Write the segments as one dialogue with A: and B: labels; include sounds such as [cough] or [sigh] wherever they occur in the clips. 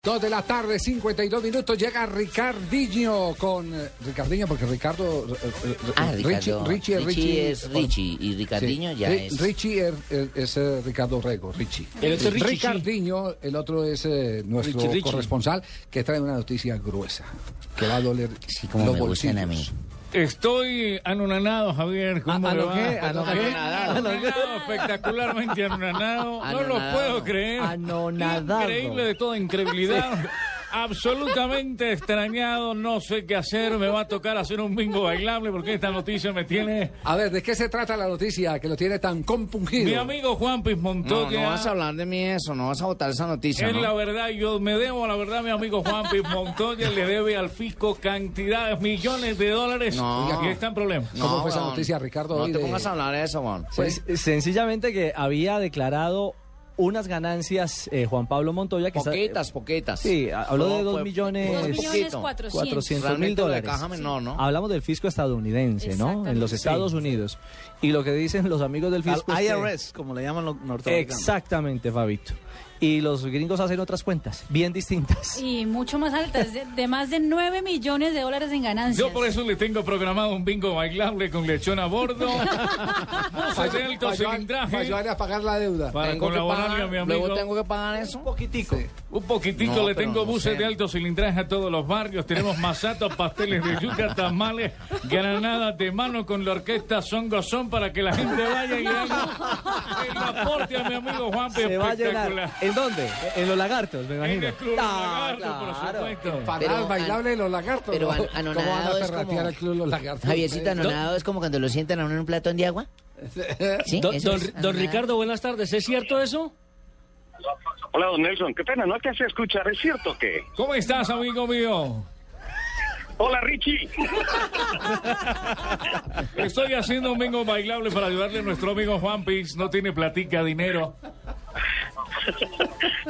A: Dos de la tarde, 52 minutos, llega Ricardinho con... eh, Ricardinho, porque Ricardo... eh, eh,
B: Ah,
A: eh,
B: Ricardo.
A: Richie, Richie,
B: Richie es
A: eh,
B: Richie y Ricardinho ya
A: Ri-
B: es-
A: Richie er- er- es eh, Ricardo Rego, Richie.
C: El otro es Richie, sí.
A: Ricardinho, el otro es eh, nuestro
C: Richie, Richie.
A: corresponsal, que trae una noticia gruesa, que va a doler
B: Sí, como
A: los
B: me gustan a
A: bolsillos.
B: mí.
C: Estoy anonanado, Javier. ¿Cómo
D: Ah,
A: ¿A- a
C: le
A: lo
C: va?
D: pues,
A: qué? ¿A lo qué?
C: Anonanado, espectacularmente anonanado. No lo
B: Anonadado.
C: puedo creer.
B: Anonadado.
C: Increíble de toda increíbilidad. Absolutamente extrañado, no sé qué hacer. Me va a tocar hacer un bingo bailable porque esta noticia me tiene.
A: A ver, ¿de qué se trata la noticia que lo tiene tan compungido?
C: Mi amigo Juan Piz
D: No,
C: Montoya.
D: no vas a hablar de mí eso, no vas a votar esa noticia.
C: Es
D: ¿no?
C: la verdad, yo me debo a la verdad, mi amigo Juan Piz Montoya le debe al fisco cantidades, millones de dólares.
D: No.
C: Y está en problemas.
D: No,
A: ¿Cómo fue esa
D: weón.
A: noticia, Ricardo,
D: No
A: hoy
D: te
A: de-
D: pongas a hablar de eso, weón.
E: Pues sencillamente que había declarado unas ganancias eh, Juan Pablo Montoya que está-
D: Poquitas, poquitas.
E: Sí, ha- habló de
D: No,
E: dos
D: fue-
E: millones-
D: fue
F: Dos
E: poquito.
F: millones
D: poquito.
F: cuatrocientos.
E: 400 mil
D: Realmente lo de
E: dólares.
D: caja menor, ¿no?
E: Hablamos del fisco estadounidense, ¿no? En los
F: Exactamente.
E: Estados Unidos. Y lo que dicen los amigos del fisco. es que-
D: como le llaman los norteamericanos.
E: Exactamente, Fabito. Y los gringos hacen otras cuentas, bien distintas.
F: Y mucho más altas, de, de más de 9 millones de dólares en ganancias.
C: Yo por eso le tengo programado un bingo bailable con lechón a
E: [laughs]
C: bordo. Música de alto
A: Para
C: cilindraje.
A: ayudarle a pagar la deuda.
C: Para
D: Tengo que
C: colaborarle a
D: pagar-
C: mi
D: Luego
C: amigo.
D: tengo que pagar eso.
C: Un poquitico
D: No,
C: le
D: pero
C: tengo
D: no
C: buses
D: sé.
C: de alto cilindraje a todos los barrios. Tenemos masatos, pasteles de yuca, tamales, granadas de mano con la orquesta Son Gozón para que la gente vaya y le haga el aporte a mi amigo Juan
E: [laughs] Se va a llenar.
C: Espectacular.
E: ¿En dónde? En los lagartos, me
C: En
E: imagino.
C: el Club
E: Ah,
C: Lagarto, por
E: claro.
C: supuesto.
A: Para
B: Pero
A: el bailable de los lagartos.
B: pero
A: ¿no?
B: an- anonadado
A: ¿Cómo van a
B: es
A: perratear
B: como-
A: al club los lagartos?
B: Javiercito,
A: ustedes?
B: anonadado es como cuando lo sientan a uno en un platón de
D: [laughs]
B: agua. ¿Sí? eso
G: Don, don-
B: es
G: don
B: anonadado.
G: Ricardo, buenas tardes. ¿Es cierto eso?
H: Hola, don Nelson. Qué pena, no alcancé a escuchar. ¿Es cierto que?
C: ¿Cómo estás, amigo mío?
H: Hola, Richie. [laughs]
C: Estoy haciendo un bingo bailable para ayudarle a nuestro amigo Juan Piz. No tiene platica, dinero.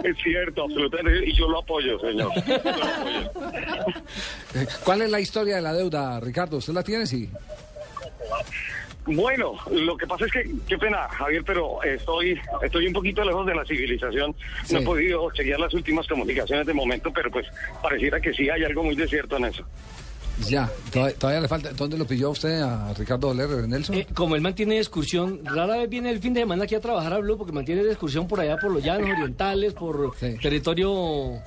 H: es cierto, absolutamente. Y yo lo apoyo, señor. Yo lo apoyo.
A: ¿Cuál es la historia de la deuda, Ricardo? ¿Usted la tiene? Sí.
H: Bueno, lo que pasa es que, qué pena, Javier, pero estoy, estoy un poquito lejos de la civilización.
A: Sí.
H: No he podido chequear las últimas comunicaciones de momento, pero pues pareciera que sí hay algo muy desierto en eso.
A: Ya, todavía, todavía le falta. ¿Dónde lo pilló usted a Ricardo Doler, Nelson?
G: Eh, como él mantiene excursión, rara vez viene el fin de semana aquí a trabajar a Blue porque mantiene de excursión por allá, por los llanos orientales, por
A: Sí.
G: territorio.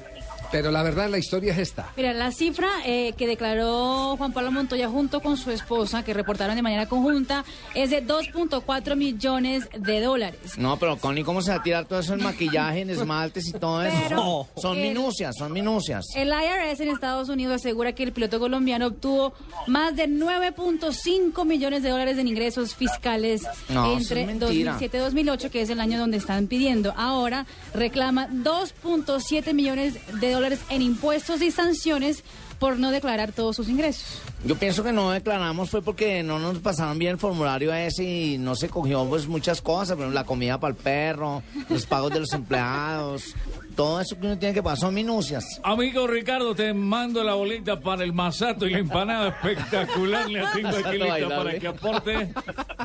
A: Pero la verdad, la historia es esta.
F: Mira, la cifra eh, que declaró Juan Pablo Montoya junto con su esposa, que reportaron de manera conjunta, es de 2.4 millones de dólares.
D: No, pero Connie, ¿cómo se va a tirar todo eso en maquillaje, en esmaltes y todo eso?
F: Pero- eh,
D: No. Son
F: el-
D: minucias, son minucias.
F: El IRS en Estados Unidos asegura que el piloto colombiano obtuvo más de 9.5 millones de dólares en ingresos fiscales
D: No, eso
F: entre
D: es mentira.
F: 2007 y 2008, que es el año donde están pidiendo. Ahora reclama 2.7 millones de dólares en impuestos y sanciones por no declarar todos sus ingresos.
D: Yo pienso que no declaramos fue porque no nos pasaron bien el formulario ese y no se cogió pues muchas cosas, pero la comida para el perro, los pagos de los empleados, todo eso que uno tiene que pagar son minucias.
C: Amigo Ricardo, te mando la bolita para el masato y la empanada espectacular. Le tengo aquí lista para que aporte.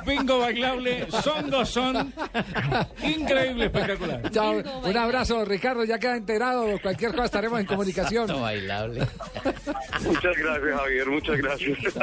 C: Bingo bailable, son dos son. Increíble, espectacular.
A: Chao,
F: Bingo,
A: un
F: bailable.
A: abrazo, Ricardo. Ya queda enterado. Cualquier cosa estaremos en comunicación.
H: Muchas gracias, Javier. Muchas gracias.